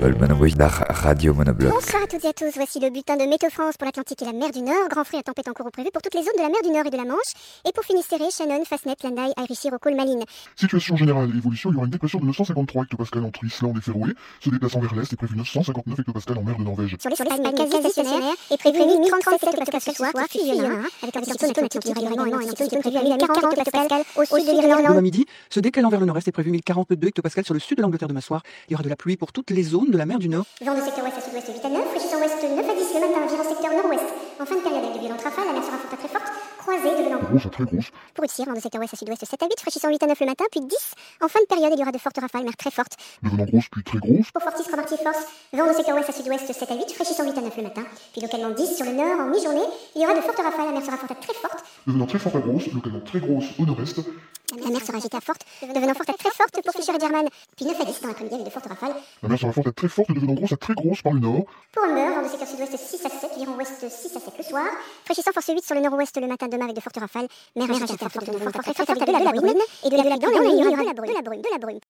Paul Manowich, la ra- radio monobloc. Bonsoir à toutes et à tous, voici le bulletin de Météo France pour l'Atlantique et la mer du Nord. Grand frais à tempête en cours au prévu pour toutes les zones de la mer du Nord et de la Manche. Et pour Finistéré, Shannon, Fasnet, Landai, Airichir, Rocol, Malines. Situation générale, évolution, il y aura une dépression de 953 hectopascal entre Islande et Féroé, se déplaçant vers l'est et prévu 959 hectopascal en mer de Norvège. Sur les sur l'Espagne quasi stationnaire et prévu 1037 hectopascales ce soir, qui fuit Yona, avec un cyclone atlantique qui durera énormément et un cyclone qui est prévu à 1040 hectopascales au sud de Demain l'Irlande. midi, se décalant vers le nord-est est prévu 1042 hectopascales sur le sud de l'Angleterre demain soir. Il y aura de la pluie pour toutes les zones de la mer du Nord. Vent de secteur ouest à sud-ouest de 8 à 9, fraîchissant ouest de 9 à 10 le matin, virant secteur nord-ouest. En fin de période avec de violentes rafales, la mer sera forte à très forte, croisée devenant Grosse à très grosse, Pour Utsir, vent de secteur ouest à sud-ouest 7 à 8, fraîchissant 8 à 9 le matin, puis 10. En fin de période, il y aura de fortes rafales, mer très forte. devenant grosse puis très grosse, Pour Fortis, Cromarty Force, vent de secteur ouest à sud-ouest 7 à 8, fraîchissant 8 à 9 le matin, puis localement 10 sur le nord en mi-journée. Il y aura de fortes rafales, la mer sera forte à très forte. devenant très forte à grosse, localement très grosse au nord-est, La mer sera agitée à forte, devenant forte à très forte pour Fischer et German. Puis 9 à 10 dans l'après-midi avec de fortes rafales. la mer sera forte à très forte, devenant grosse à très grosse par le nord, Pour Humber, vent de secteur sud-ouest 6 à 7, virant ouest 6 à 7 le soir. Fraîchissant force 8 sur le nord-ouest le matin demain avec de fortes rafales. Mer agitée à forte, devenant forte à très forte avec de la brume. Et de la pluie dans la nuit, il y aura de la brume, de la brume, de la brume.